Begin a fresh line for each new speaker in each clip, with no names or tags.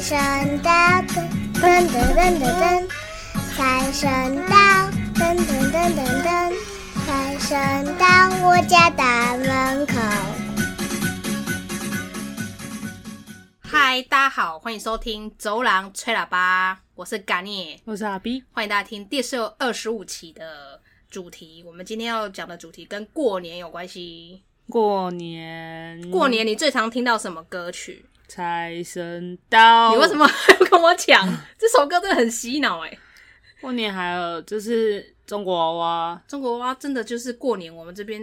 神到，噔噔噔噔噔，财神到，噔噔噔噔噔，财神到我家大门口。
嗨，大家好，欢迎收听《走廊吹喇叭》，我是嘎聂，
我是阿 B，
欢迎大家听第是二十五期的主题。我们今天要讲的主题跟过年有关系。
过年
过年你最常听到什么歌曲？
财神到，
你为什么还要跟我抢？这首歌真的很洗脑哎、
过年还有就是中国娃娃？
中国娃娃真的就是过年，我们这边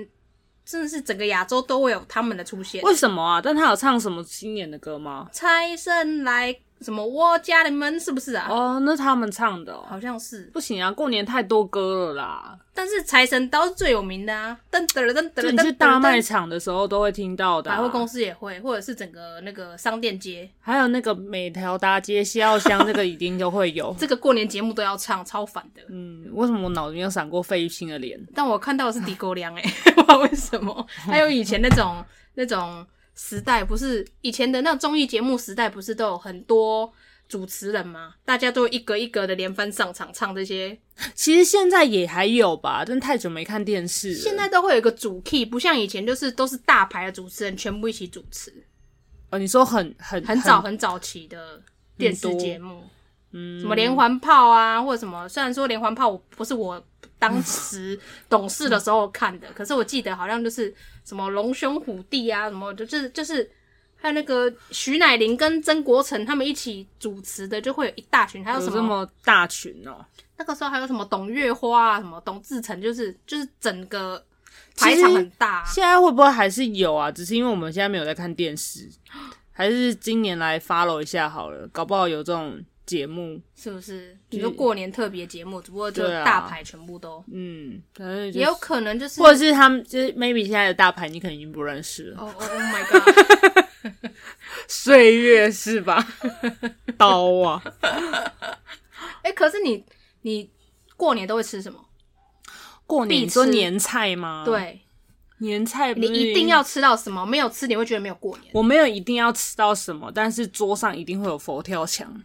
真的是整个亚洲都会有他们的出现。
为什么啊？但他有唱什么新年的歌吗？
财神来，什么我家的门是不是啊？
哦，那他们唱的、哦、
好像是，
不行啊，过年太多歌了啦，
但是财神刀是最有名的啊！噔噔噔噔噔
就
噔
你
噔
去大卖场的时候都会听到的、啊
百货公
司，
司也会，或者是整个那个商店街，
还有那个每条大街西药香，这个一定都会有。
这个过年节目都要唱，超烦的。
嗯，为什么我脑子没有闪过费玉清的脸？
但我看到的是地沟粮，哎， 不知道为什么。还有以前那种那种时代，不是以前的那综艺节目时代，不是都有很多主持人吗？大家都一个一个的连番上场唱这些，
其实现在也还有吧，但太久没看电视了。
现在都会有一个主 key，不像以前就是都是大牌的主持人全部一起主持，
哦，你说很很
很早很早期的电视节目。
嗯
什么连环炮啊，或者什么。虽然说连环炮我不是我当时 懂事的时候看的，可是我记得好像就是什么龙兄虎弟啊，什么就就是就是，还有那个徐乃麟跟曾国成他们一起主持的，就会有一大群，还有
有
什
这么大群哦、
那个时候还有什么董月花啊，什么董志成，就是就是整个
其实
排场很大、
现在会不会还是有啊？只是因为我们现在没有在看电视， 还是今年来 follow 一下好了，搞不好有这种节目。
是不是？
对
你说过年特别节目，只不过就
对啊
大牌全部都，
嗯，反正就
也有可能就是
或者是他们就是 maybe 现在的大牌你可能已经不认识了，
哦哦，Oh my god！
岁月是吧？ 刀啊！
哎、可是你你过年都会吃什么？
过年
必
你说
吃
年菜吗？，
对
年菜不
你
是
一定要。吃到什么？没有吃你会觉得没有过年。
我没有一定要吃到什么，但是桌上一定会有佛跳墙。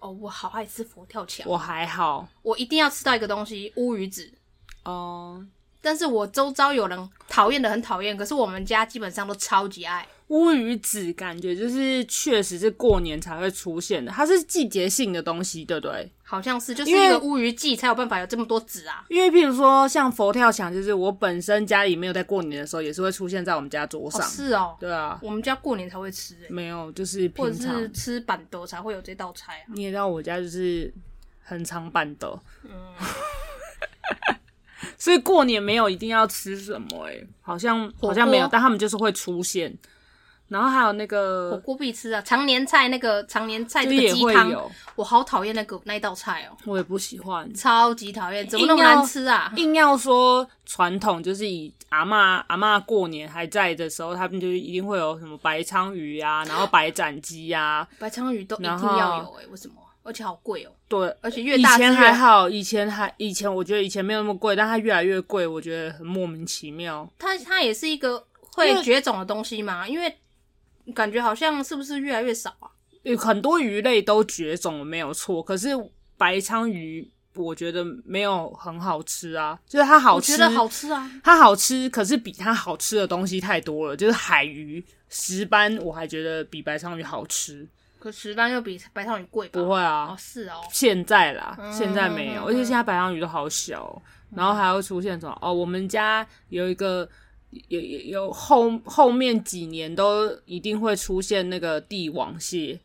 哦，我好爱吃佛跳墙，
我还好
我一定要吃到一个东西乌鱼子。
哦，
但是我周遭有人讨厌的很讨厌，可是我们家基本上都超级爱。
乌鱼子感觉就是确实是过年才会出现的，它是季节性的东西，对不对？
好像是就是
因为
一个乌鱼季才有办法有这么多籽啊。
因为譬如说像佛跳墙，就是我本身家里没有在过年的时候，也是会出现在我们家桌
哦
上。
是哦，
对啊，
我们家过年才会吃、欸，
没有，就是
或者
平常
是吃板豆才会有这道菜啊。
你也知道我家就是很常办的，所以过年没有一定要吃什么、欸，好像
锅
好像没有，但他们就是会出现。然后还有那
火
个
锅必吃啊，常年菜那个常年菜
就
这
是
个
也
鸡
会
汤，
有，
我好讨厌那个那一道菜哦，
我也不喜欢。
超级讨厌，怎么那么
硬要
难吃啊？
硬要说传统，就是以阿嬷阿嬷过年还在的时候，他们就是一定会有什么白鲳鱼啊，然后白斩鸡啊，
白鲳鱼都一定
然后
要有哎、为什么？而且好贵哦、
对。
而且越
以
大
前
只
还
越，
好，以前还以前我觉得以前没有那么贵，但它越来越贵，我觉得很莫名其妙。
它它也是一个
因
会
为
绝种的东西嘛，因为感觉好像是不是越来越少啊？
有很多鱼类都绝种了，没有错。可是白鲳鱼我觉得没有很好吃啊，就是它好
我
吃，
觉得好吃啊，
它好吃，可是比它好吃的东西太多了，就是海鱼、石斑，我还觉得比白鲳鱼好吃。
可石斑又比白鲳鱼贵吧？
不会啊，
哦，是哦，
现在啦，
嗯
现在没有，
嗯
而且现在白鲳鱼都好小哦、然后还会出现什么？哦，我们家有一个。有有有后后面几年都一定会出现那个帝王蟹，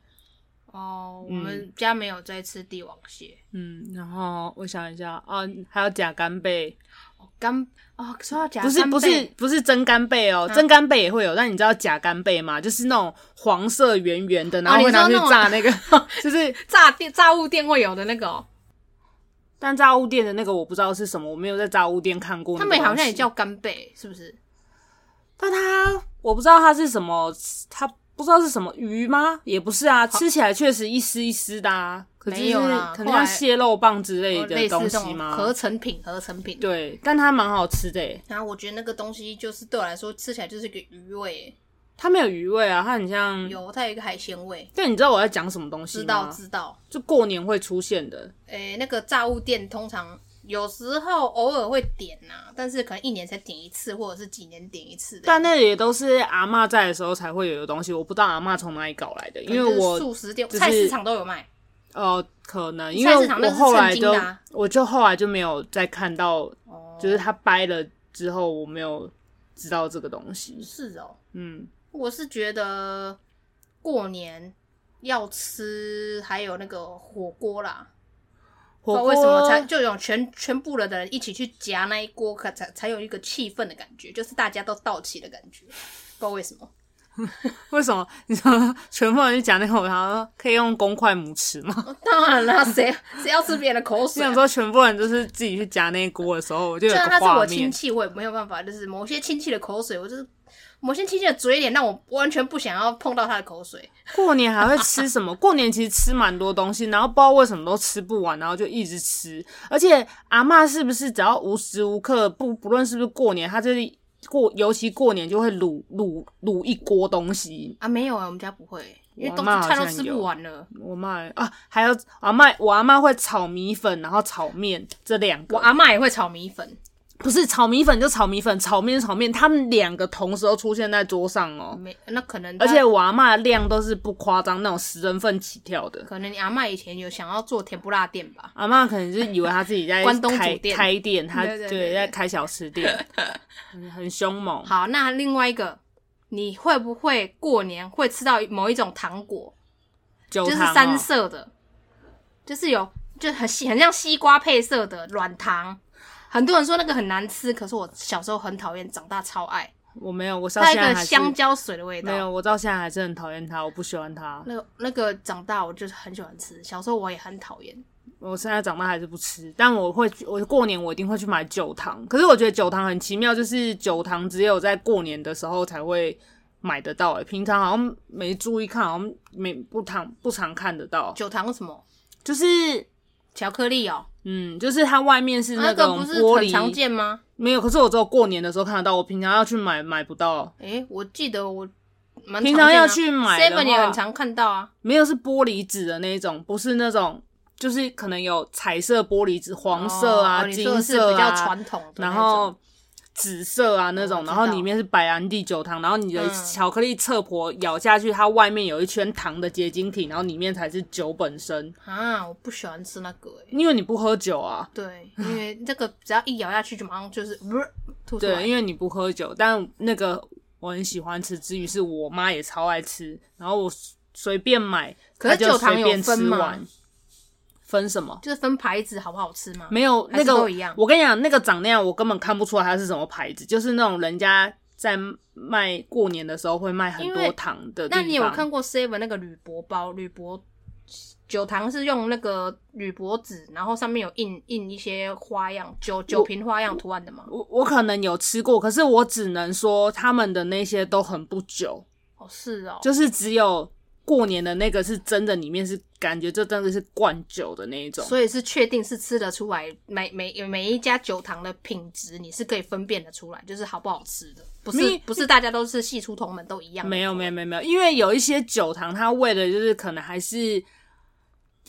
哦，我们家没有在吃帝王蟹，
嗯，然后我想一下啊，还有假干贝，
哦干哦，说到假
不是
干贝嗯
不是不是真干贝哦，真干贝也会有，但你知道假干贝吗？就是那种黄色圆圆的，然后
哦你
会拿去
说那种
炸那个， 就是
炸店炸物店会有的那个、哦，
但炸物店的那个我不知道是什么，我没有在炸物店看过那
他
个
们
东西。
好像也叫干贝，是不是？
但它我不知道它是什么，它不知道是什么鱼吗？也不是啊，吃起来确实一丝一丝的啊，可是
没有啦
可能
后来
像蟹肉棒之类
哦类似
的东
这
西
种合
吗？
成品，合成品。
对，但它蛮好吃的耶，欸
然后我觉得那个东西就是对我来说吃起来就是一个鱼味，
它没有鱼味啊，它很像。
有它有一个海鲜味，
但你知道我在讲什么东西吗？
知道知道。
就过年会出现的，
诶、那个炸物店通常有时候偶尔会点呐、但是可能一年才点一次，或者是几年点一次的。
但那也都是阿嬷在的时候才会有的东西。我不知道阿嬷从哪里搞来的，因为
就是
我
素食店、
就是
菜市场都有卖，
呃，可能因
菜市
为
场那
我
个是
后来
称斤
就
的啊
我就后来就没有再看到，
哦
就是他掰了之后，我没有知道这个东西。
是哦。
嗯，
我是觉得过年要吃，还有那个火锅啦，
火
不
锅
知道为哦什么才就有全全部的人一起去夹那一锅，可才才有一个气氛的感觉，就是大家都到齐的感觉，不知道为什么。
为什么你说全部人去讲那个，我想说可以用公筷母匙吗？
哦当然 啦，谁谁要吃别人的口
我
水、
想
啊？
说全部人就是自己去夹那一锅的时啊候，我就有
虽然
个
他是
画
我亲
面。
戚，我也没有办法，就是某些亲戚的口水，我就是某些亲戚的嘴脸，让我完全不想要碰到他的口水。
过年还会吃什么？过年其实吃蛮多东西，然后不知道为什么都吃不完，然后就一直吃。而且阿嬷是不是只要无时无刻不不论是不是过年，她就是过，尤其过年就会卤卤卤一锅东西。
啊，没有啊，我们家不会，因为
我
东
妈
西
好
菜都
像
吃
有
不完了。
我妈啊，还有阿嬷，我阿嬷会炒米粉，然后炒面这两
我
个，
阿嬷也会炒米粉，
不是炒米粉就炒米粉，炒面就炒面，他们两个同时都出现在桌上哦。
没那可能她，
而且我阿嬷的量都是不夸张，那种十人份起跳的。
可能你阿嬷以前有想要做甜不辣店吧？
阿妈可能就是以为她自己在
关东煮
开
店
开店，她
对对对对
在开小吃 店，很很凶猛。
好，那另外一个，你会不会过年会吃到某一种糖果，
酒
就是
糖、哦、
三色的，就是有就很西很像西瓜配色的软糖。很多人说那个很难吃，可是我小时候很讨厌，长大超爱。
我没有，我到
它
现
有一
在
个
还是
香蕉水的味道，
没有，我到现在还是很讨厌它，我不喜欢它。
那个那个长大我就是很喜欢吃，小时候我也很讨厌。
我现在长大还是不吃，但我会，我过年我一定会去买酒糖。可是我觉得酒糖很奇妙，就是酒糖只有在过年的时候才会买得到、欸，平常好像没注意看，好像没不常不常看得到。
酒糖什么
就是
巧克力哦、
嗯，就是它外面是
那个
种
不是
玻
很
璃，
常见吗？
没有，可是我只有过年的时候看得到，我平常要去买买不到，
诶、我记得我蛮
平常要去买的话
啊 seven 也很常看到啊。
没有是玻璃纸的那一种，不是那种就是可能有彩色玻璃纸，黄色啊、
哦你说
金
的是
色
比较
啊，
传统的那种，哦
然后紫色啊那种，
我知
然
道
后里面是白兰地酒糖，然后你的
嗯
巧克力侧婆咬下去，它外面有一圈糖的结晶体，然后里面才是酒本身，
啊，我不喜欢吃那个、欸。
因为你不喝酒啊。
对，因为这个只要一咬下去就马上就是呃吐出来。
对，因为你不喝酒，但那个我很喜欢吃，至于是我妈也超爱吃，然后我随随便买，
可是
她就
酒糖
随
有
便
分
吃
吗
完。分什么？
就是分牌子好不好吃嘛。
没有
还
那
是
个
都一样
我跟你讲，那个长那样，我根本看不出来它是什么牌子，就是那种人家在卖过年的时候会卖很
因为
多糖的地
那
方。
你有看过 Seven 那个铝箔包？铝箔酒糖是用那个铝箔纸，然后上面有印印一些花样酒酒瓶花样图案的吗？
我我可能有吃过，可是我只能说他们的那些都很不久，
哦，是哦，
就是只有过年的那个是真的，里面是感觉这真的是灌酒的那一种。
所以是确定是吃得出来，每每每一家酒糖的品质你是可以分辨得出来，就是好不好吃的，不
没
是不是大家都是系出同门都一样的。
没有没有没有没有，因为有一些酒糖，它为了就是可能还是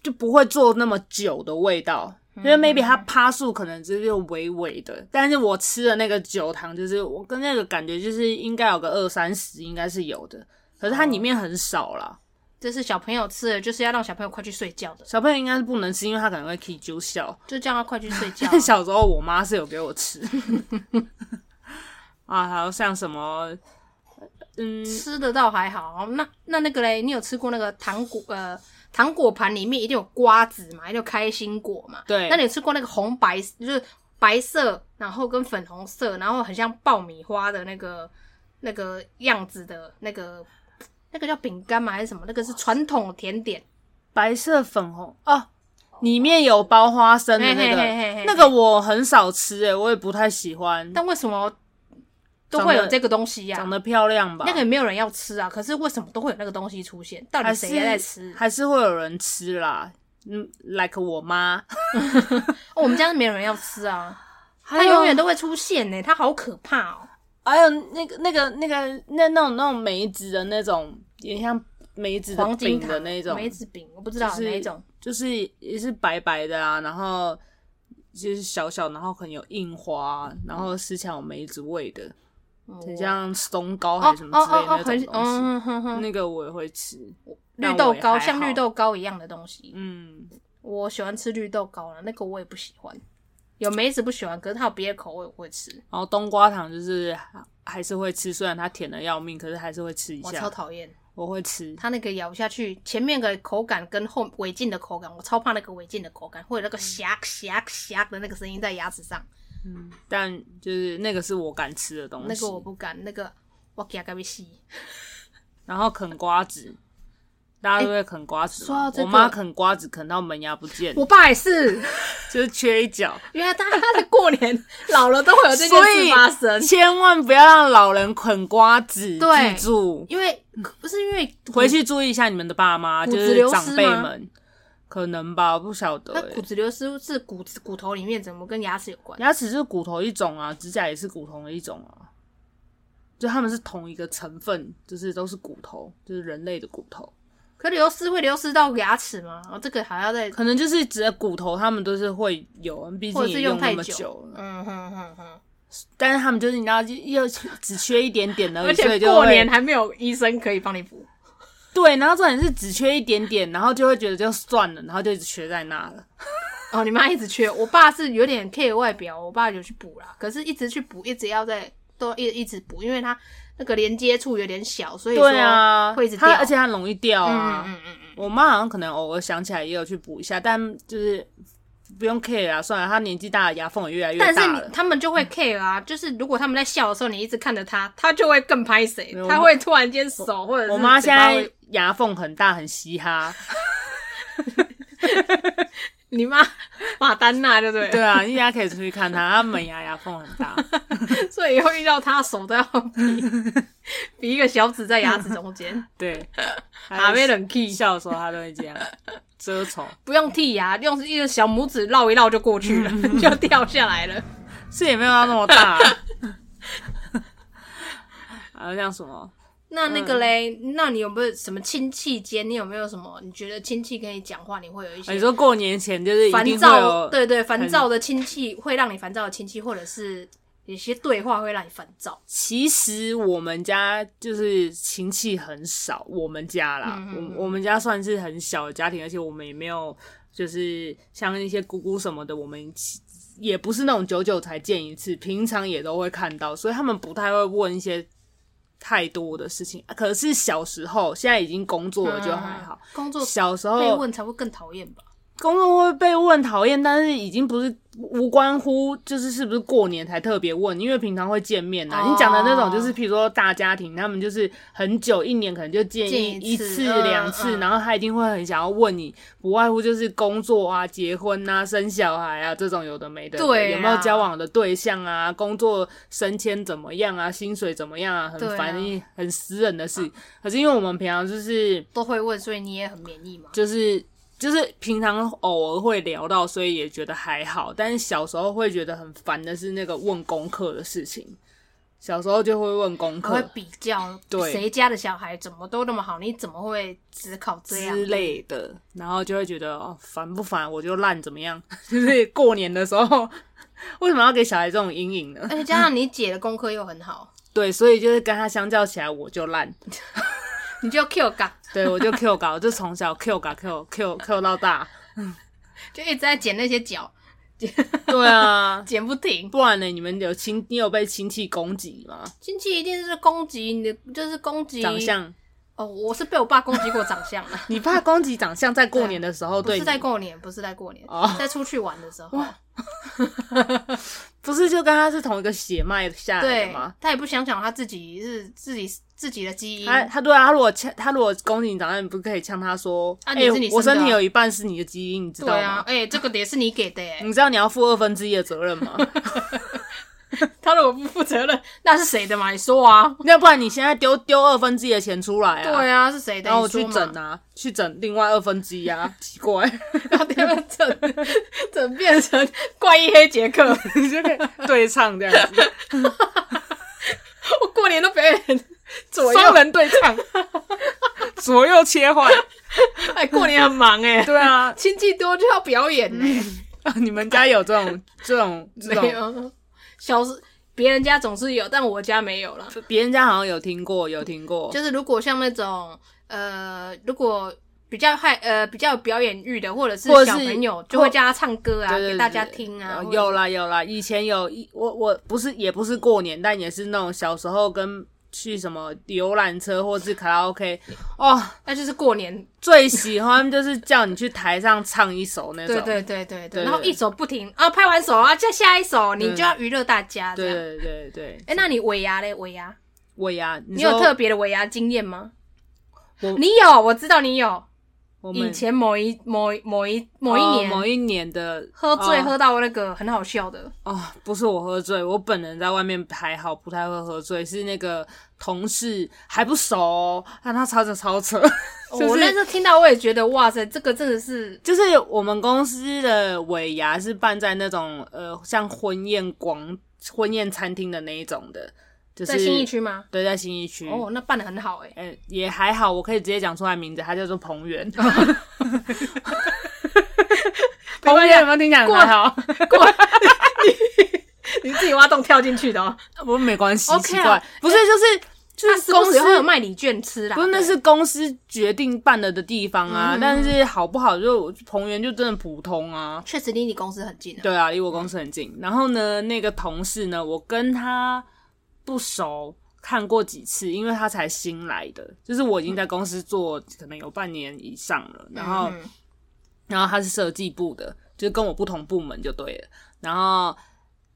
就不会做那么酒的味道，
嗯
因为 maybe 它趴树可能就是微微的，但是我吃的那个酒糖，就是我跟那个感觉就是应该有个二三十，应该是有的，可是它里面很少
哦
啦。
这是小朋友吃的，就是要让小朋友快去睡觉的，
小朋友应该是不能吃，因为他可能会起酒笑。
就叫他快去睡觉啊、
但小时候我妈是有给我吃啊，还有像什么，嗯，
吃的倒还好。那那那个嘞，你有吃过那个糖果呃糖果盘里面一定有瓜子嘛，一定有开心果嘛？
对
那你有吃过那个红白就是白色，然后跟粉红色，然后很像爆米花的那个那个样子的那个那个叫饼干嘛还是什么？那个是传统甜点，
白色粉红哦，里面有包花生的那
嘿嘿
个，
嘿嘿嘿
那个我很少吃、欸，我也不太喜欢。
但为什么都会
长
有
得
这个东西呀、
长得漂亮吧？
那个也没有人要吃啊，可是为什么都会有那个东西出现？到底
还
谁
是
在吃？
还是会有人吃啦。嗯，like 我妈，
哦，我们家是没有人要吃啊，
她
它永远都会出现呢、它好可怕哦。
还有那个那个那个那那种那种梅子的那种，也像梅子的
黄金
饼
塔
的那种，
梅子饼，我不知道
就是
哪一种，
就是也是白白的啊，然后就是小小，然后可能有印花，然后吃起来有梅子味的，很像松糕还
哦
是什
哦
么之类
哦
的
哦，
那
很
种东西。
嗯哼哼哼，
那个我也会吃，
绿豆
但我也还好
糕像绿豆糕一样的东西，
嗯，
我喜欢吃绿豆糕了，那个我也不喜欢。有梅子不喜欢，可是它有别的口味我会吃，
然后冬瓜糖就是还还是会吃，虽然它甜的要命，可是还是会吃一
我超
下。
讨厌。
我会吃，
它那个咬下去，前面的口感跟后尾劲的口感，我超怕那个尾劲的口感，会有那
嗯
个匣匣匣的那个声音在牙齿上，
但就是那个是我敢吃的东西。
那个我不敢，那个我给它给吸。
然后啃瓜子，大家都会啃瓜子
哎说
嘛、
到这个
我妈啃瓜子啃到门牙不见，
我爸也是，
就是缺一角。
原来大家在过年老了都会有这件
所以
事发生，
千万不要让老人啃瓜子，
对
记住，
因为不是因为
回去注意一下你们的爸妈，
骨
就
质
是
流失
长辈
吗
们，可能吧，我不晓得、
那骨
欸。
质流失是骨子骨头里面怎么跟牙齿有关？
牙齿是骨头一种啊，指甲也是骨头的一种啊，就他们是同一个成分，就是都是骨头，就是人类的骨头。
可流失会流失到牙齿吗？哦，这个还要再
可能就是指的骨头，他们都是会有，毕
或
竟
者是
也用那
太
么
久
久了。
嗯哼哼哼，
但是他们就是你知道，就又只缺一点点而
而
已，所
且
以就
过
会
年还没有医生可以帮你补。
对，然后重点是只缺一点点，然后就会觉得就算了，然后就一直缺在那了。
哦，你妈一直缺，我爸是有点 care 外表，我爸有去补啦，可是一直去补，一直要在都一一直补，因为他那个连接处有点小，所以说
对啊，
会一直掉，
它而且它容易掉
嗯
啊。
嗯嗯嗯，
我妈好像可能偶尔想起来也有去补一下，但就是不用 care 啊，算了，她年纪大了，牙缝也越来越
但是
大
你
了。
他们就会 care 啊，就是如果他们在笑的时候，你一直看着他，他就会更拍谁
没有，
他会突然间手或者是
我妈
嘴
现
巴会
在牙缝很大，很嘻 哈。
你妈 马丹娜对不对？
对啊，你大家可以出去看她，她门牙牙缝很 大。
所以以后遇到他手都要 比比一个小指在牙齿中 间，
对，
还没冷
一
气，
笑的时候她都会 这样遮丑，
不用剔牙，用一个小拇指绕一绕就过去了， 就掉下来了。
是也没有到那么大、 啊。还有像什么？
那那个嘞，那你有没有什么亲戚间？你有没有什么？你觉得亲戚跟你讲话，你会有一
啊你
些
说过年前就是一
烦
定会
躁？
有
对对，烦躁的亲戚会让你烦躁的亲戚，或者是有些对话会让你烦躁。
其实我们家就是亲戚很少，我们家啦，
嗯
我我们家算是很小的家庭，而且我们也没有就是像一些姑姑什么的，我们也不是那种久久才见一次，平常也都会看到，所以他们不太会问一些太多的事情。啊可是小时候，现在已经工作了就还好。
工作
小时候
嗯被问才会更讨厌吧？
工作会被问讨厌，但是已经不是无关乎，就是是不是过年才特别问，因为平常会见面呐、
哦
你讲的那种就是，譬如说大家庭，他们就是很久一年可能就见一
见一次
次
嗯
两次，
嗯
然后他一定会很想要问你，不外乎就是工作啊、结婚啊、生小孩啊这种有的没的，
对啊
有没有交往的对象啊，工作升迁怎么样啊，薪水怎么样啊，很
对啊
烦、很私人的事。可是因为我们平常就是。
都会问，所以你也很免疫嘛？
就是就是平常偶尔会聊到，所以也觉得还好。但是小时候会觉得很烦的是那个问功课的事情，小时候就会问功
还哦会
课
比较
对
谁家的小孩怎么都那么好，你怎么会只考这样
之？类的，然后就会觉得哦烦不烦，我就烂怎么样？ 就是过年的时候，为什么要给小孩这种阴影呢？
而且加上你姐的功课又很好，
对，所以就是跟他相较起来，我就烂。
你就 Q 岗，
对，我就 Q 稿，就从小 Q 稿 Q Q Q 到大。
就一直在剪那些脚，
对啊，
剪不停。
不然呢？你们有亲，你有被亲戚攻击吗？
亲戚一定是攻击你的，就是攻击
长相？
哦，我是被我爸攻击过长 相的，
你怕攻击长相，在过年的时候
不
对
是
你
在过年，不是在过年
哦，
在出去玩的时候，
不是就跟他是同一个血脉下来的
对
吗？，
他也不想想他自己是自己自己的基因，
他他对啊，他如果呛他如果攻击你长相，你不可以呛他说：“
啊
哎、
你是你生的啊
我身体有一半是你的基因，你知
对
道
啊
吗，？”
哎，这个也是你给的欸耶，
你知道你要负二分之一的责任吗？
他如果不负责任，那是谁的嘛？你说啊，
要不然你现在丢丢二分之一的钱出来啊？
对啊，是谁的？
然后我
你说
去
嘛
整啊，去整另外二分之一 啊，奇怪，
然后他们整整变成怪异黑杰克，
你就可以对唱这样子。
我过年都表演左右，
双人对 唱，左右切换。
哎，过年很忙哎、
对啊，
亲戚多就要表演呢、
你们家有这种这种这
没
种？
有，小时别人家总是有，但我家没有了。
别人家好像有听过，有听过。
就是如果像那种呃，如果比较害呃比较有表演欲的，或者是
或者
小
是
朋友，
或
就会叫他唱歌啊，
对对对
给大家听啊
呃。
或者是
有，啦有啦，以前有一我我不是也不是过年，但也是那种小时候跟去什么游览车或是卡拉 OK 哦，
那就是过年，
最喜欢就是叫你去台上唱一首那种。
对对对对对。
对
然后一首不停啊，拍完手啊，再下一首，你就要娱乐大家这
对
样。
对对对，
哎，那你尾牙嘞？尾牙，
我呀，你
你有
说
特别的尾牙经验吗？
我
你有，我知道你有。
我们
以前某一某一某一某一
哦
年
某一年的
喝醉
哦
喝到那个很好笑的，
哦，不是我喝醉，我本人在外面还好，不太会喝醉，是那个同事还不熟、哦，让他超扯超扯， 就是、
哦我那时候听到我也觉得哇塞，这个真的是
就是我们公司的尾牙是办在那种呃像婚宴广婚宴餐厅的那一种的，就是
在新义区吗？
对，在新一区。
哦，那办的很好哎、
呃，也还好，我可以直接讲出来名字，他叫做彭源。彭源有没有听 讲
过
还 好？
你自己挖洞跳进去的哦。
我没关系
OK
奇
啊
怪，不是就是
那
就是是
公
公
司
司
会有卖礼券吃啦，
不是，那
对嗯
是公司决定办了的地方啊。但是好不好就，彭源就真的普通啊。
确实离你公司很近啊。
对啊，离我公司很近。然后呢，那个同事呢，我跟他不熟，看过几次，因为他才新来的，就是我已经在公司做可能有半年以上了。然后，
嗯
然后他是设计部的，就是跟我不同部门就对了。然后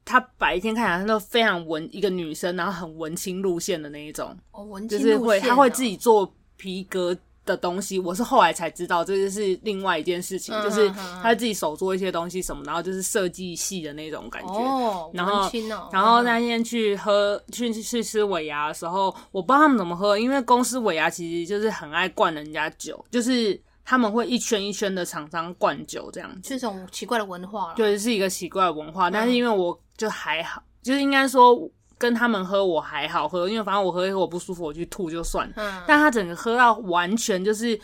他白天看起来都非常文，一个女生，然后很文青路线的那一种。
哦，文
就
青
是会
路线
他会
哦
自己做皮革的东西。我是后来才知道，这就是另外一件事情，
嗯
就是
嗯嗯
他自己手做一些东西什么，然后就是设计系的那种感觉。
哦，
然后
文青哦，
然后
嗯
那天去喝去去吃尾牙的时候，我不知道他们怎么喝，因为公司尾牙其实就是很爱灌人家酒，就是他们会一圈一圈的厂商灌酒这样子。
这种奇怪的文化了。
对，是一个奇怪的文化。但
嗯
是因为我就还好，就是应该说跟他们喝我还好喝，因为反正我喝一喝我不舒服，我去吐就算。
嗯
但他整个喝到完全就是，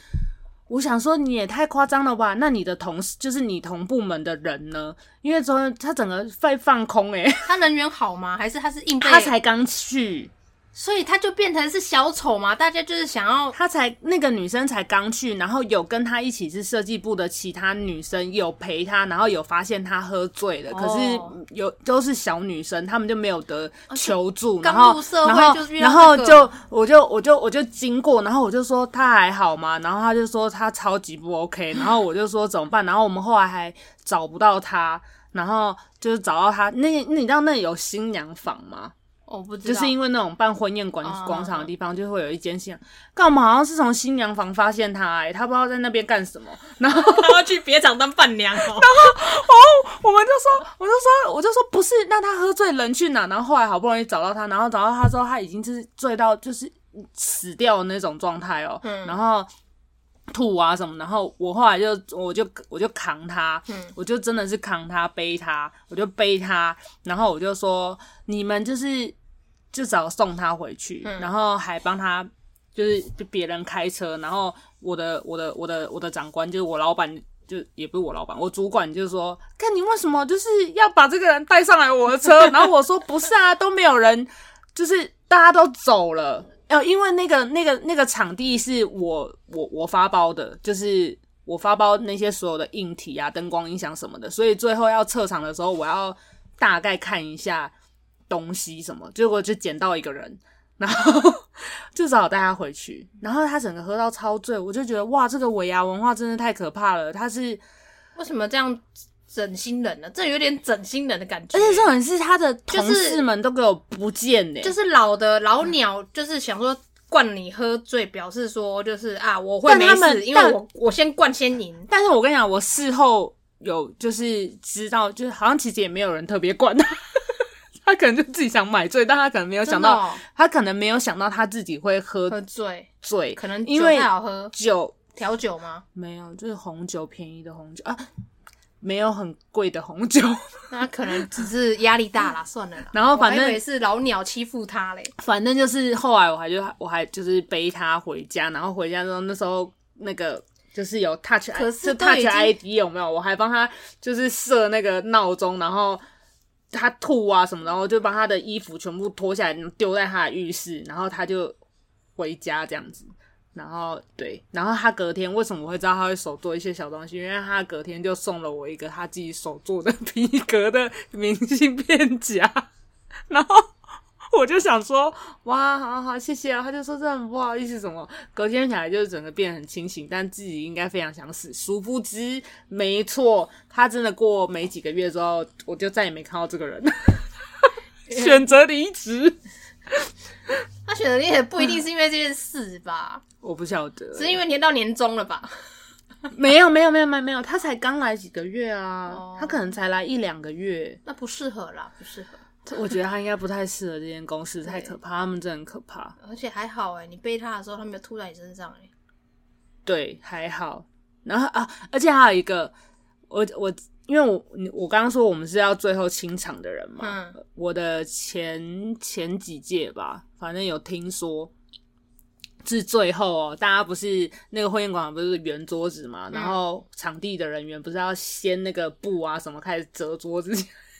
我想说你也太夸张了吧？那你的同事就是你同部门的人呢？因为昨天他整个被放空诶、欸
他人缘好吗？还是他是硬被？
他才刚去，
所以他就变成是小丑嘛？大家就是想要
他才那个女生才刚去，然后有跟他一起是设计部的其他女生有陪他，然后有发现他喝醉了，
哦
可是有都是小女生，她们就没有得求助，
刚
然后
入社会
然后
就遇到
然后
这个
就我就我就我就经过，然后我就说他还好吗？然后他就说他超级不 OK，然后我就说怎么办？然后我们后来还找不到他，然后就是找到他，那那你知道那有新娘房吗？
哦，我不知
就
道，
是因为那种办婚宴广
哦
广场的地方，就会有一间新娘。干嘛？好像是从新娘房发现他、欸，他不知道在那边干什么。然后
他要去别厂当伴娘哦。
我们就说，我就说，我就说不是，那他喝醉人去哪？然后后来好不容易找到他，然后找到他之后，他已经就是醉到就是死掉的那种状态哦。然后。吐啊什么，然后我后来就我就我就扛他，我就真的是扛他背他，我就背他，然后我就说你们就是就找送他回去，然后还帮他就是就别人开车，然后我的我的我的我的长官就是我老板，就也不是我老板，我主管就是说，看你为什么就是要把这个人带上来我的车？然后我说不是啊，都没有人，就是大家都走了。呃，因为那个那个那个场地是我我我发包的，就是我发包那些所有的硬体啊、灯光、音响什么的，所以最后要撤场的时候，我要大概看一下东西什么，结果就捡到一个人，然后就只好带他回去。然后他整个喝到超醉，我就觉得哇，这个尾牙文化真的太可怕了。他是，
为什么这样整新人呢？这有点整新人的感觉。
而且重点是他的
就
同
是
事们都给我不见呢、
就是老的老鸟，就是想说灌你喝醉，表示说就是啊，我会
但
没
他们
事，因为
但
我我先灌先赢。
但是我跟你讲，我事后有就是知道，就是好像其实也没有人特别管 他。他可能就自己想买醉，但他可能没有想
真的
到，
哦
他可能没有想到他自己会
喝
喝
醉，
醉，
可能
因
酒
为
太好喝，
酒
调酒吗？
没有，就是红酒便宜的红酒啊，没有很贵的红酒，
那可能只是压力大啦，算了啦。
然后反正
我还以为是老鸟欺负他嘞，
反正就是后来我还就我还就是背他回家，然后回家之后那时候那个就是有 touch，I,
可是
就
都已
touch
经
啊 ID 有没有？我还帮他就是设那个闹钟，然后他吐啊什么，然后就把他的衣服全部脱下来丢在他的浴室，然后他就回家这样子。然后对，然后他隔天为什么我会知道他会手做一些小东西？因为他隔天就送了我一个他自己手做的皮革的明信片夹， 然后我就想说，哇，好好谢谢啊。他就说这很不好意思什么，隔天起来就是整个变得很清醒，但自己应该非常想死。殊不知，没错，他真的过没几个月之后，我就再也没看到这个 人，选择离职。
他选择你也不一定是因为这件事吧，
我不晓得，
只是因为年到年终了吧？
没有没有没有没有没有，他才刚来几个月啊，
哦
他可能才来一两个月。
那不适合啦，不适合。
我觉得他应该不太适合这间公司，太可怕，他们真的很可怕。
而且还好哎、你背他的时候，他没有吐在你身上哎、
对，还好。然后啊，而且还有一个，我我因为我你我刚刚说我们是要最后清场的人嘛，
嗯，
我的前前几届吧，反正有听说。是最后哦，大家不是那个婚宴广场不是圆桌子嘛，然后场地的人员不是要掀那个布啊什么开始折桌子，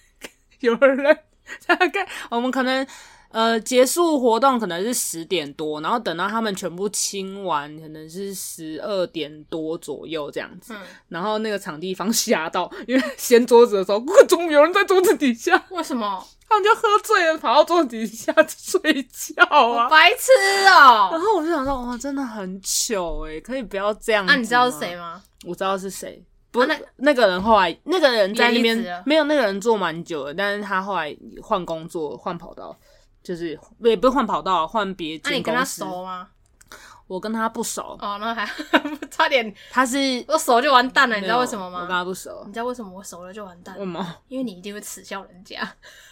有人 大概我们可能呃结束活动可能是十点多，然后等到他们全部清完，可能是十二点多左右这样子。
嗯
然后那个场地方 吓到，因为掀桌子的时候， 终于有人在桌子底下，
为什么？
他们就喝醉了，跑到桌子底下睡觉
我
啊。
白痴
然
哦、
后我就想说，哇，真的很糗诶、可以不要这样。
啊那、你知道是谁？吗？
我知道是谁。不，
啊
那
那
那个人后来，那个人在那
也
边
离职了
没有，那个人做蛮久的，但是他后来换工作，换跑道，就是也不是换跑道，换别
那、
间
啊你跟
公
他
司。
熟吗？
我跟他不熟，
哦，那还 差点，
他是
我熟就完蛋了，
你
你知道为什么
我跟
吗？
他不熟
你， 知道为什么我熟了就完蛋
为什？么？
因为你一定会耻笑人家，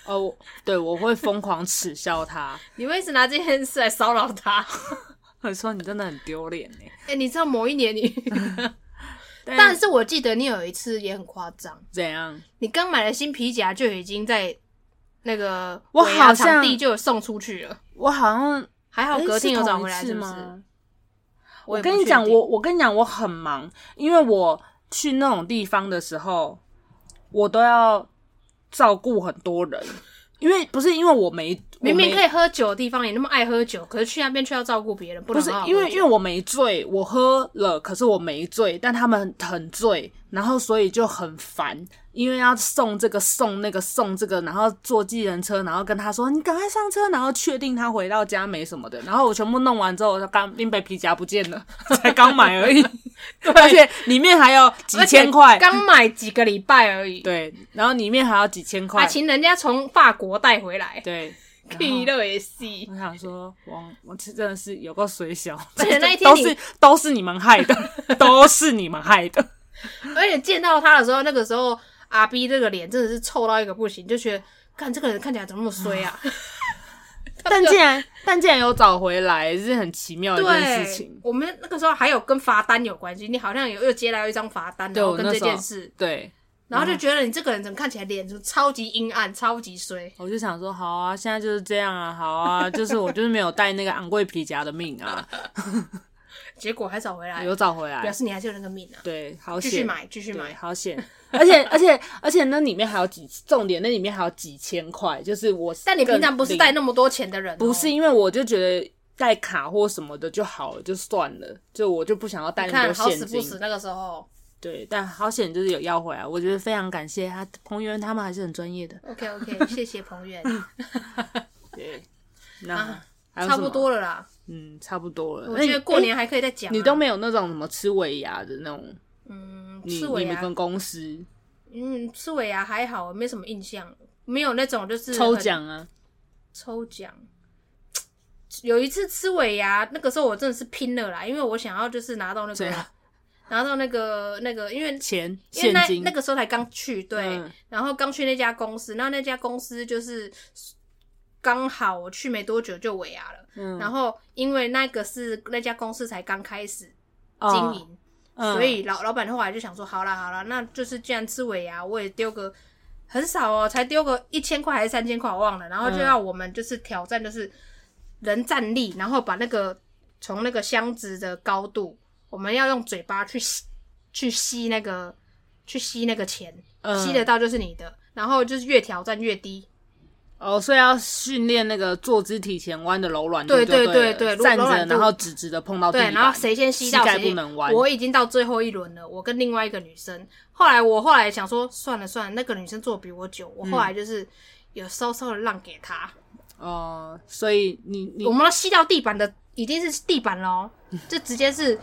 哦，我对，我会疯狂耻笑他，
你会一直拿这件事来骚扰 他。
我说你真的很丢脸哎。
哎、你知道某一年 你，但
但
是我记得你有一次也很夸张，
怎样？
你刚买了新皮夹就已经在那个
我
尾牙
好像
场地就有送出去了，
我好像
还好
诶
隔天有
哎是
找
同
回
一
来，
次
是不是？
吗？
我
我
也
跟
不
你
确
讲，
定
我我跟你讲，我很忙，因为我去那种地方的时候，我都要照顾很多人，因为不是因为我没
明明可
以，
以喝酒的地方，你那么爱喝酒，可是去那边却要照顾别人，不
不
能
是
好好喝
因为因为
酒
我没醉，我喝了，可是我没醉，但他们很醉，然后所以就很烦，因为要送这个送那个送这个，然后坐计程车，然后跟他说你赶快上车，然后确定他回到家没什么的，然后我全部弄完之后，他刚拎杯皮夹不见了，才刚买而已。而且里面还有
而
几
且
千块，
刚买几个礼拜而已，
对，然后里面还有几千
还
块，
请人家从法国带回 来，
对。然
去
后
乐也是。
我想说，王，我真的是有够水小，
而且那一天
都
你
是都是你们害的， 都是你们 害的。
而且见到他的时候，那个时候阿 B 这个脸真的是臭到一个不行，就觉得看这个人看起来怎么那么衰啊？
但竟然但竟然有找回来，是很奇妙的一件事
对
情，。
我们那个时候还有跟罚单有关系，你好像有又接到一张罚单，
对
然后
我
跟
那
这
时候
件事，
对，
然后就觉得你这个人怎么看起来脸就超级阴暗，超级衰。
我就想说，好啊，现在就是这样啊，好啊，就是我就是没有带那个昂贵皮夹的命 啊，
结果还找回来，
有找回来
表，示你还是有那个命啊，
对，好
哎继
险，
续买，继续
对，
买。
好险！ 而且而且而且那里面还有几，重点那里面还有几千块，就是我。
但你平常不是带那么多钱的人哦、
不是因为我就觉得带卡或什么的就好了，就算了，就我就不想要带
你
那
看
么
好
多
死
现
不
金。
死那个时候。
对，但好险就是有要回来，我觉得非常感谢他，彭于晏他们还是很专业的。
OK OK，谢谢彭远，
对，那、
啊
还有
差
什
不
么，
多了啦。
嗯，差不多了。
我
那你
觉得过年
哎
还可以再讲啊、
你都没有那种什么吃尾牙的那种，
嗯，
你
刺
你
猬
们
啊，
跟公司
嗯，刺猬啊还好，没什么印象，没有那种就是
抽
很
奖啊？
抽奖。有一次吃尾牙，那个时候我真的是拼了啦，因为我想要就是拿到那
怎
个
样，
拿到那个那个，因为
钱
因为
现
那
金
那个时候才刚去，对，
嗯
然后刚去那家公司，那那家公司就是刚好我去没多久就尾牙了，
嗯
然后因为那个是那家公司才刚开始
哦
经营，
嗯
所以老老板后来就想说，好啦好啦，那就是既然吃尾啊牙，我也丢个很少哦，才丢个一千块还是三千块，我忘了。然后就
嗯
要我们就是挑战，就是人站立，然后把那个从那个箱子的高度，我们要用嘴巴去 吸去吸那个去吸那个钱，
嗯
吸得到就是你的。然后就是越挑战越低，
哦，所以要训练那个坐姿体前弯的柔软度
对
就对
对对
了
对
站
柔软
着
度
然后直直的碰哦到地
对，
板，
然后谁先吸到
膝盖
谁
不能弯
我已经到最后一轮了，我跟另外一个女生，后来我后来想说，算了算了，那个女生做比我久，我后
嗯
来就是有稍稍的让给她。
哦，所以你你
我们要吸到地板的已经是地板了 哦，就直接是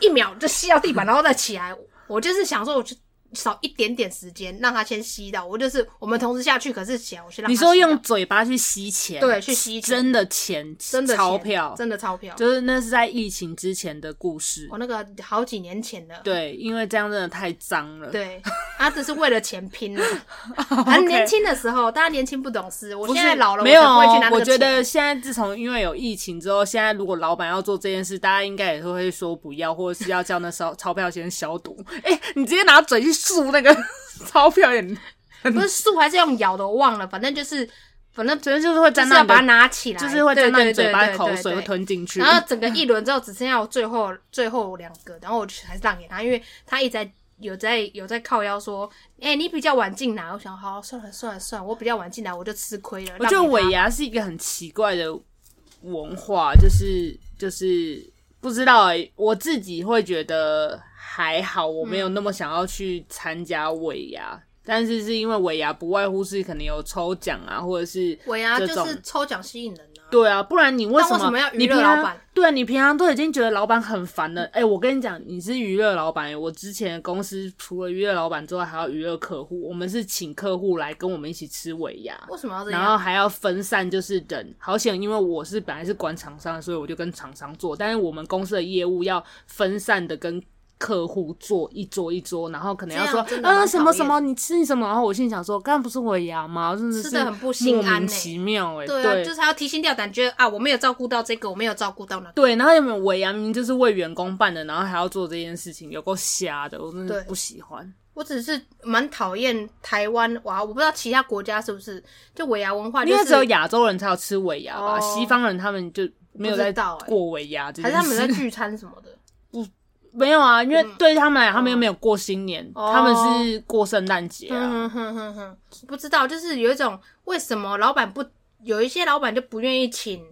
一秒就吸到地板，然后再起来。我就是想说，我就少一点点时间让她先吸到，我就是我们同时下去，可是起来我先让
你
她
说
吸到
用嘴巴去吸钱，
对去吸钱
真的钱，
真的钱
钞票，
真的哦钞票，
就是那是在疫情之前的故事
我、。那个好几年前的，
对，因为这样真的太脏了。，
对，他只是为了钱拼 了。很年轻的时候，大家年轻不懂事，我现在老了，
没有
我才不会去拿那
哦。我
个钱
觉得现在自从因为有疫情之后，现在如果老板要做这件事，大家应该也都会说不要，或者是要叫那钞钞票先消毒。 哎、你直接拿嘴去漱那个 钞票也，嗯
不是树还是用咬的，我忘了，反正就是，反正
真的就是会
就
沾
是要
到你
把它
的，
拿起来，
就是会沾到你
对对
嘴巴
对
的口
对
水
对
会吞进去。
然后整个一轮之后，只剩下我最后最后两个，然后我就还是让给他，因为他一直在有在有在靠腰说，哎、你比较晚进来，我想好算了算了算了，我比较晚进来，我就吃亏了。
我觉得
让给他
尾牙是一个很奇怪的文化，就是就是不知道、欸，我自己会觉得还好，我没
嗯
有那么想要去参加尾牙。但是是因为尾牙不外乎是可能有抽奖啊，或者是
尾牙
这
就
种
是抽奖吸引人啊，
对啊，不然你为
那
什
为什么要娱
你
乐
平
老
常
板
对啊你平常都已经觉得老板很烦了。哎、我跟你讲，你是娱乐老板欸。我之前的公司除了娱乐老板之外，还要娱乐客户。我们是请客户来跟我们一起吃尾牙。
为什么要这
然后
样？
还要分散，就是人。好险，因为我是本来是管厂商的，所以我就跟厂商做，但是我们公司的业务要分散的跟。客户做一桌一桌，然后可能要说
这样真的很
啊什么
讨厌
什么，你吃什么？然后我心里想说，刚刚不是尾牙吗？真的
吃
是
得很不心安欸
莫名其妙哎、
对啊，
对
就是还要提心吊胆，觉得啊，我没有照顾到这个，我没有照顾到那个。
对，然后有没有尾牙明明就是为员工办的，然后还要做这件事情，有够瞎的，我真的
对
不喜欢。
我只是蛮讨厌台湾哇，我不知道其他国家是不是就尾牙文化，啊就
因为
是
只有亚洲人才有吃尾牙吧，
哦
西方人他们就没有
不知
在
道欸
过尾牙这
还
件
是
事。
他们在聚餐什么的。
没有啊，因为对他们来，他们又没有过新年，
嗯哦
他们是过圣诞节啊。
嗯哼哼哼哼，不知道，就是有一种为什么老板不有一些老板就不愿意请，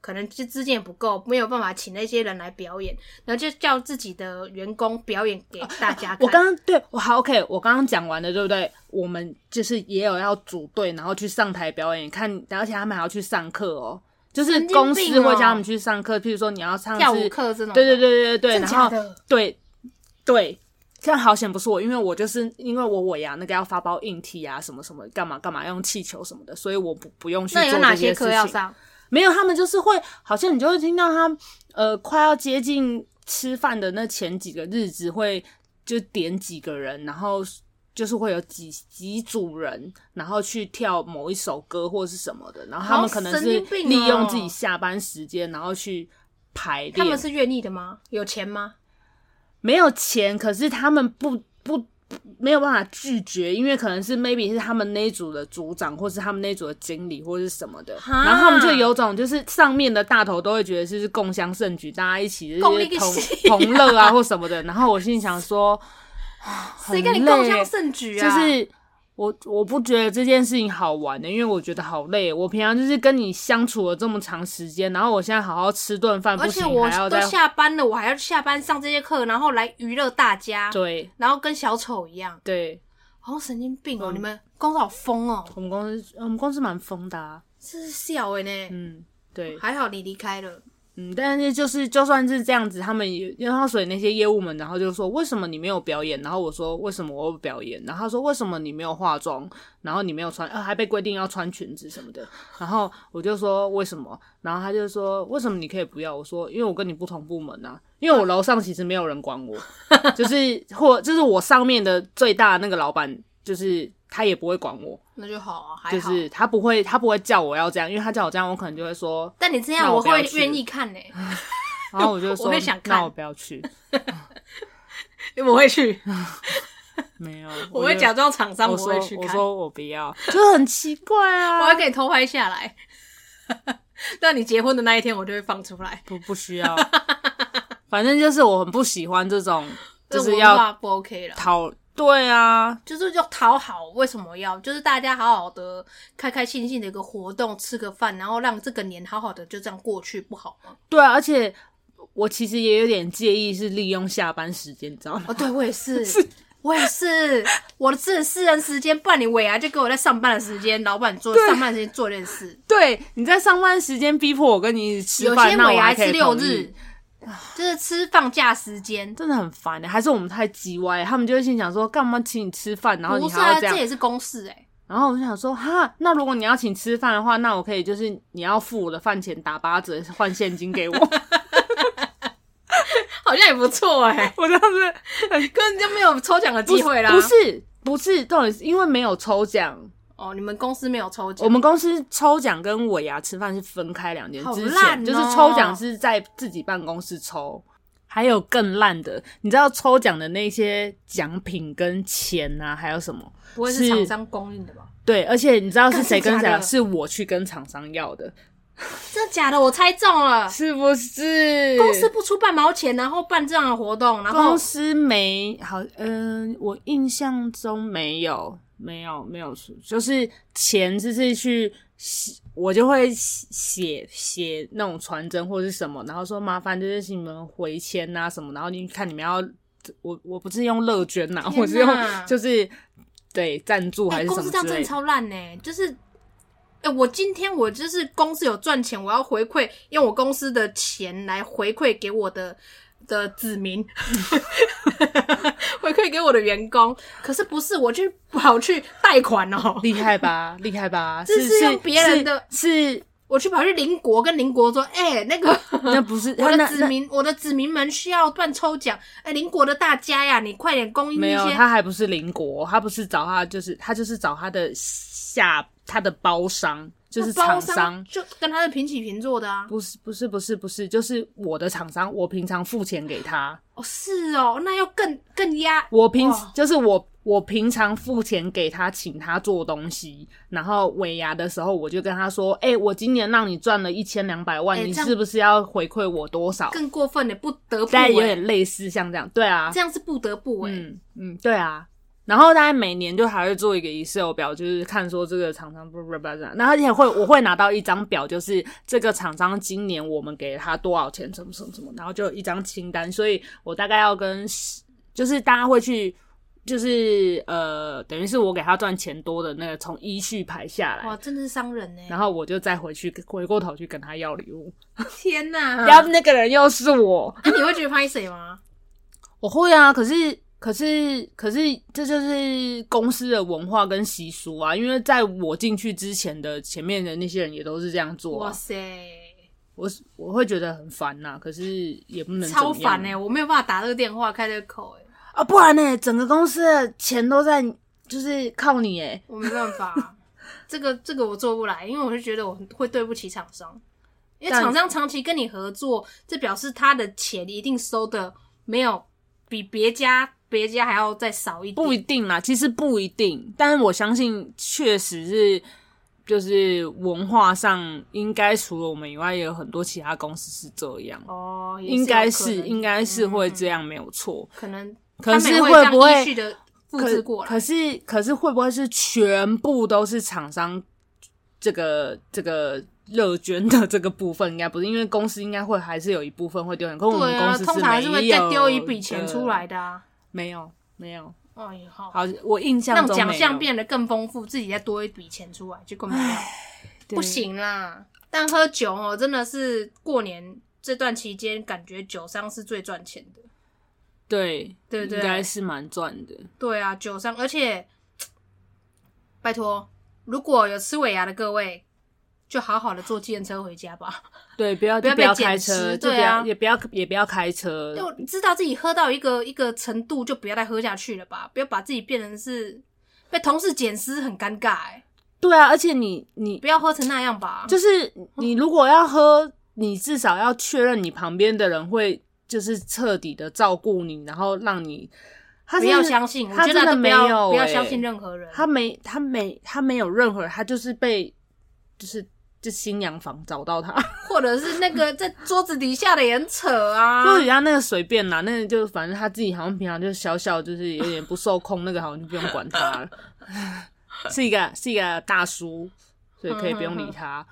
可能就资金也不够，没有办法请那些人来表演，然后就叫自己的员工表演给大家看。
啊我刚刚对我好 OK，我刚刚讲完了，对不对？我们就是也有要组队，然后去上台表演，看，而且他们还要去上课哦，就是
神经病
公司会
哦
叫他们去上课，譬如说你要唱
跳
是
舞课这种的，
对对对对对，
真
然
假
后
的
对对，这样好险不是我，因为我就是因为我尾牙那个要发包硬体啊，什么什么干嘛干嘛，要用气球什么的，所以我不不用去做
那有哪
这
些
些
课
事
要
情。
上？
没有，他们就是会，好像你就会听到他呃，快要接近吃饭的那前几个日子，会就点几个人，然后就是会有几几组人，然后去跳某一首歌或是什么的，然后他们可能
好神
是
经病哦
利用自己下班时间，然后去排练。
他们是愿意的吗？有钱吗？
没有钱，可是他们不不不没有办法拒绝，因为可能是 maybe 是他们那一组的组长，或是他们那一组的经理，或是什么的，
哈
然后他们就有种就是上面的大头都会觉得就是共襄盛举，大家一起就
共力
是
一
同
起
同乐啊或什么的，然后我心里 想说，
谁跟你
很累
共襄盛举
就
啊？
是。我我不觉得这件事情好玩的、因为我觉得好累。我平常就是跟你相处了这么长时间，然后我现在好好吃顿呃饭不
而且
行，
我
还要
都
再
下班了，我还要下班上这些课，然后来娱乐大家，
对
然后跟小丑一样，
对，
好像神经病
嗯
哦！你们公司好疯哦，
我们公司呃我们公司蛮疯的、啊，
真是笑哎呢。
嗯，对，
还好你离开了，
嗯，但是就是就算是这样子，他们也然后所以那些业务们，然后就说为什么你没有表演？然后我说为什么我有表演？然后他说为什么你没有化妆？然后你没有穿，呃，还被规定要穿裙子什么的。然后我就说为什么？然后他就说为什么你可以不要？我说因为我跟你不同部门啊，因为我楼上其实没有人管我，就是或就是我上面的最大的那个老板，就是他也不会管我，
那就好啊，还
就
好。
是他不会，他不会叫我要这样，因为他叫我这样，我可能就 会说，
但你这
那
样，
我
我
不要
会
去
愿意看呢、
然后我就说，
我会想看
那我不要去。
因为我会去，
没有，
我会
就
假装厂商
我
不
说
会去
我
看，
说我不要，就很奇怪啊。
我还可以偷拍下来。 那你结婚的那一天，我就会放出来。
不不需要，反正就是我很不喜欢这种，就
这
是
文
要
化不 OK 了，
讨对啊，
就是要讨好。为什么要？就是大家好好的、开开心心的一个活动，吃个饭，然后让这个年好好的就这样过去，不好吗？
对啊，而且我其实也有点介意是利用下班时间，你知道吗？
哦，对我也 是，我也是，我的私人私人时间，不然你尾牙就给我在上班的时间，老板做上班的时间做点事。
对，你在上班时间逼迫我跟你一起
有
吃饭，
些
那
尾
我
牙
还可
是
以
六
同意
日，就是吃放假时间。
真的很烦欸的、还是我们太叽歪，他们就会心想说干嘛请你吃饭，然后
不
你
是
还
啊，
要这
这
样，
也是公事哎、
然后我就想说哈，那如果你要请吃饭的话，那我可以就是你要付我的饭钱打八折换现 金给我，
好像也不错哎、
我这样子
根本就没有抽奖的
不
机会啦。
欸不是不是，重点是因为没有抽奖，
哦，你们公司没有抽奖，
我们公司抽奖跟尾牙吃饭是分开两件
好
之
烂
前，
哦
就是抽奖是在自己办公室抽，还有更烂的，你知道抽奖的那些奖品跟钱啊，还有什么？
不会是厂商供应的吧？
对，而且你知道是谁跟
干真
谁
假
啊？
的
是我去跟厂商要的，
真的假的？我猜中了。
是不是？
公司不出半毛钱，然后办这样的活动，然后
公司没好，嗯、我印象中没有，没有，没有出，就是钱就是去写，我就会写写那种传真或者是什么，然后说麻烦就是请你们回签啊什么，然后你看你们要，我我不是用乐捐呐、啊
天哪
我是用就是对赞助还
哎、
是
公
什
司
么
这样
之
真的
类的。
超烂呢、就是，哎、我今天我就是公司有赚钱，我要回馈，用我公司的钱来回馈给我的的子民， 回馈给我的员工。可是不是我去跑去贷款哦、
厉害吧，厉害吧！
这
是
是用别人的
是是
我去跑去邻国跟邻国说，哎、那个
那不是
我
那
的子民，我的子民们需要办抽奖，哎、邻国的大家呀，你快点供应
没
一
有，
些
他还不是邻国，他不是找他，就是他就是找他的下他的包商，就是
包
厂商，
就跟他是平起平坐的啊。
不是不是不是不是，就是我的厂商，我平常付钱给他，
哦，是哦，那要更更压。
我平
哇
就是我我平常付钱给他，请他做东西，然后尾牙的时候我就跟他说，哎、我今年让你赚了一千两百万，
哎
你
这样
是不是要回馈我多少？
更过分的，不得不、
但有
欸，
点类似像这样，对啊，
这样是不得不哎、
嗯嗯，对啊。然后大概每年就还会做一个 Excel 表，就是看说这个厂商不不不不，然后而且会我会拿到一张表，就是这个厂商今年我们给他多少钱，什么什么什么，然后就有一张清单，所以我大概要跟十就是大家会去。就是呃，等于是我给他赚钱多的那个，从一序排下
哇，
来，
真的是伤人欸呢、
然后我就再回去回过头去跟他要礼物，
天哪！
然后那个人又是我，
那、你会觉得拍谁吗？
我会啊，可是可是可是，这就是公司的文化跟习俗啊。因为在我进去之前的前面的那些人也都是这样做、
哇
啊，
塞，
我是我会觉得很烦呐、可是也不能怎么
超
样
烦哎、我没有办法打这个电话开这个口哎、
啊！不然呢、整个公司的钱都在就是靠你哎、
我没办法， 这个这个我做不来，因为我就觉得我会对不起厂商，因为
但
厂商长期跟你合作，这表示他的钱一定收的没有比别家别家还要再少一点，
不一定啦，其实不一定，但是我相信确实是。就是文化上，应该除了我们以外，也有很多其他公司是这样，
哦，也是有
应该
可
是
能
应该是会
嗯
这样，没有错。
可能
可
他
是
们也
会不
这样依
会
序的复
可
制过来？
可是可是会不会是全部都是厂商这个这个乐捐的这个部分？应该不是，因为公司应该会还是有一部分会丢钱，可是我们
对
公
啊，
司
通常还是会
没有
再丢一笔钱
的
出来，的啊。
没有没有。
哎呀，好，
好，我印象
让
中
奖
没有
项变得更丰富，自己再多一笔钱出来，结果没有，
对
不行啦。但喝酒哦，真的是过年这段期间，感觉酒商是最赚钱的。
对
对对
应该是蛮赚的。
对啊，酒商，而且拜托，如果有吃尾牙的各位，就好好的坐计程车回家吧。
对，不要
不要
就不要
被捡
开
尸
车，就不
对啊
要也不要也不要开车。
就知道自己喝到一个一个程度，就不要再喝下去了吧，不要把自己变成是被同事捡尸，很尴尬哎、
对啊，而且你你
不要喝成那样吧。
就是你如果要喝，你至少要确认你旁边的人会就是彻底的照顾你，然后让你他
不
真
要
的
相信，我
他
觉得
真
都
的
不
没
要
有、
不要
欸
相信任何人。
他没他没他没有任何人，他就是被就是就新娘房找到他，
或者是那个在桌子底下的也很扯啊，
就是人家那个随便啦，那个就反正他自己好像平常就是小小就是有点不受控，那个好像就不用管他 了，是一个是一个大叔，所以可以不
嗯
用理他。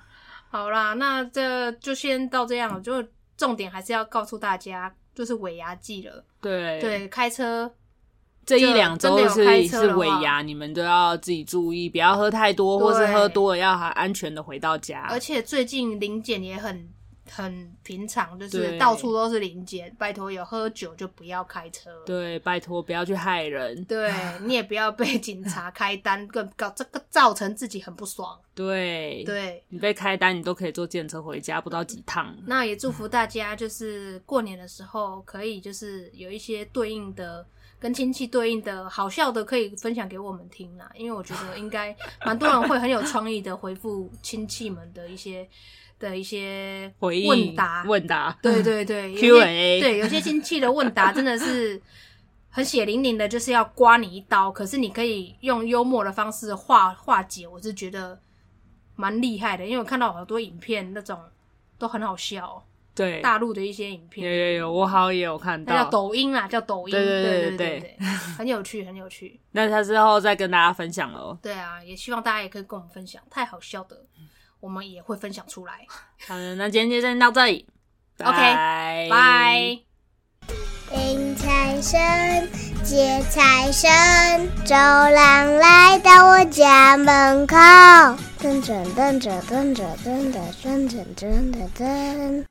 好啦，那这就先到这样，就重点还是要告诉大家，就是尾牙季了。
对，
对，开车
这一两周
真的有
是
开车
是
的话
尾牙，你们都要自己注意，不要喝太多，
对
或是喝多了要还安全的回到家。
而且最近零检也很很平常，就是
对
到处都是零检。拜托，有喝酒就不要开车。
对，拜托不要去害人。
对，你也不要被警察 开单，更搞这个造成自己很不爽。
对，嗯
对，
你被开单，你都可以坐电车回家，不知道几趟。
那也祝福大家，就是过年的时候可以就是有一些对应的跟亲戚对应的好笑的，可以分享给我们听啦。因为我觉得应该蛮多人会很有创意的回复亲戚们的一些的一些
回忆
问答。
问答，
对对对
Q&A
有些对有些亲戚的问答真的是。很血淋淋的，就是要刮你一刀，可是你可以用幽默的方式化化解，我是觉得蛮厉害的，因为我看到好多影片那种都很好笑哦、
对，
大陆的一些影
有
片，
有有，我好像也有看
那叫
到。
抖音啦，叫抖音，
对
对
对对
对
对
对，很有趣，很有趣。
那他之后再跟大家分享喽。
对啊，也希望大家也可以跟我们分享，太好笑的，我们也会分享出来。
好的，那今天就先到这里。
OK，
拜
拜。
迎财神，接财神，周郎来到我家门口，噔噔噔噔噔噔噔噔噔噔噔噔。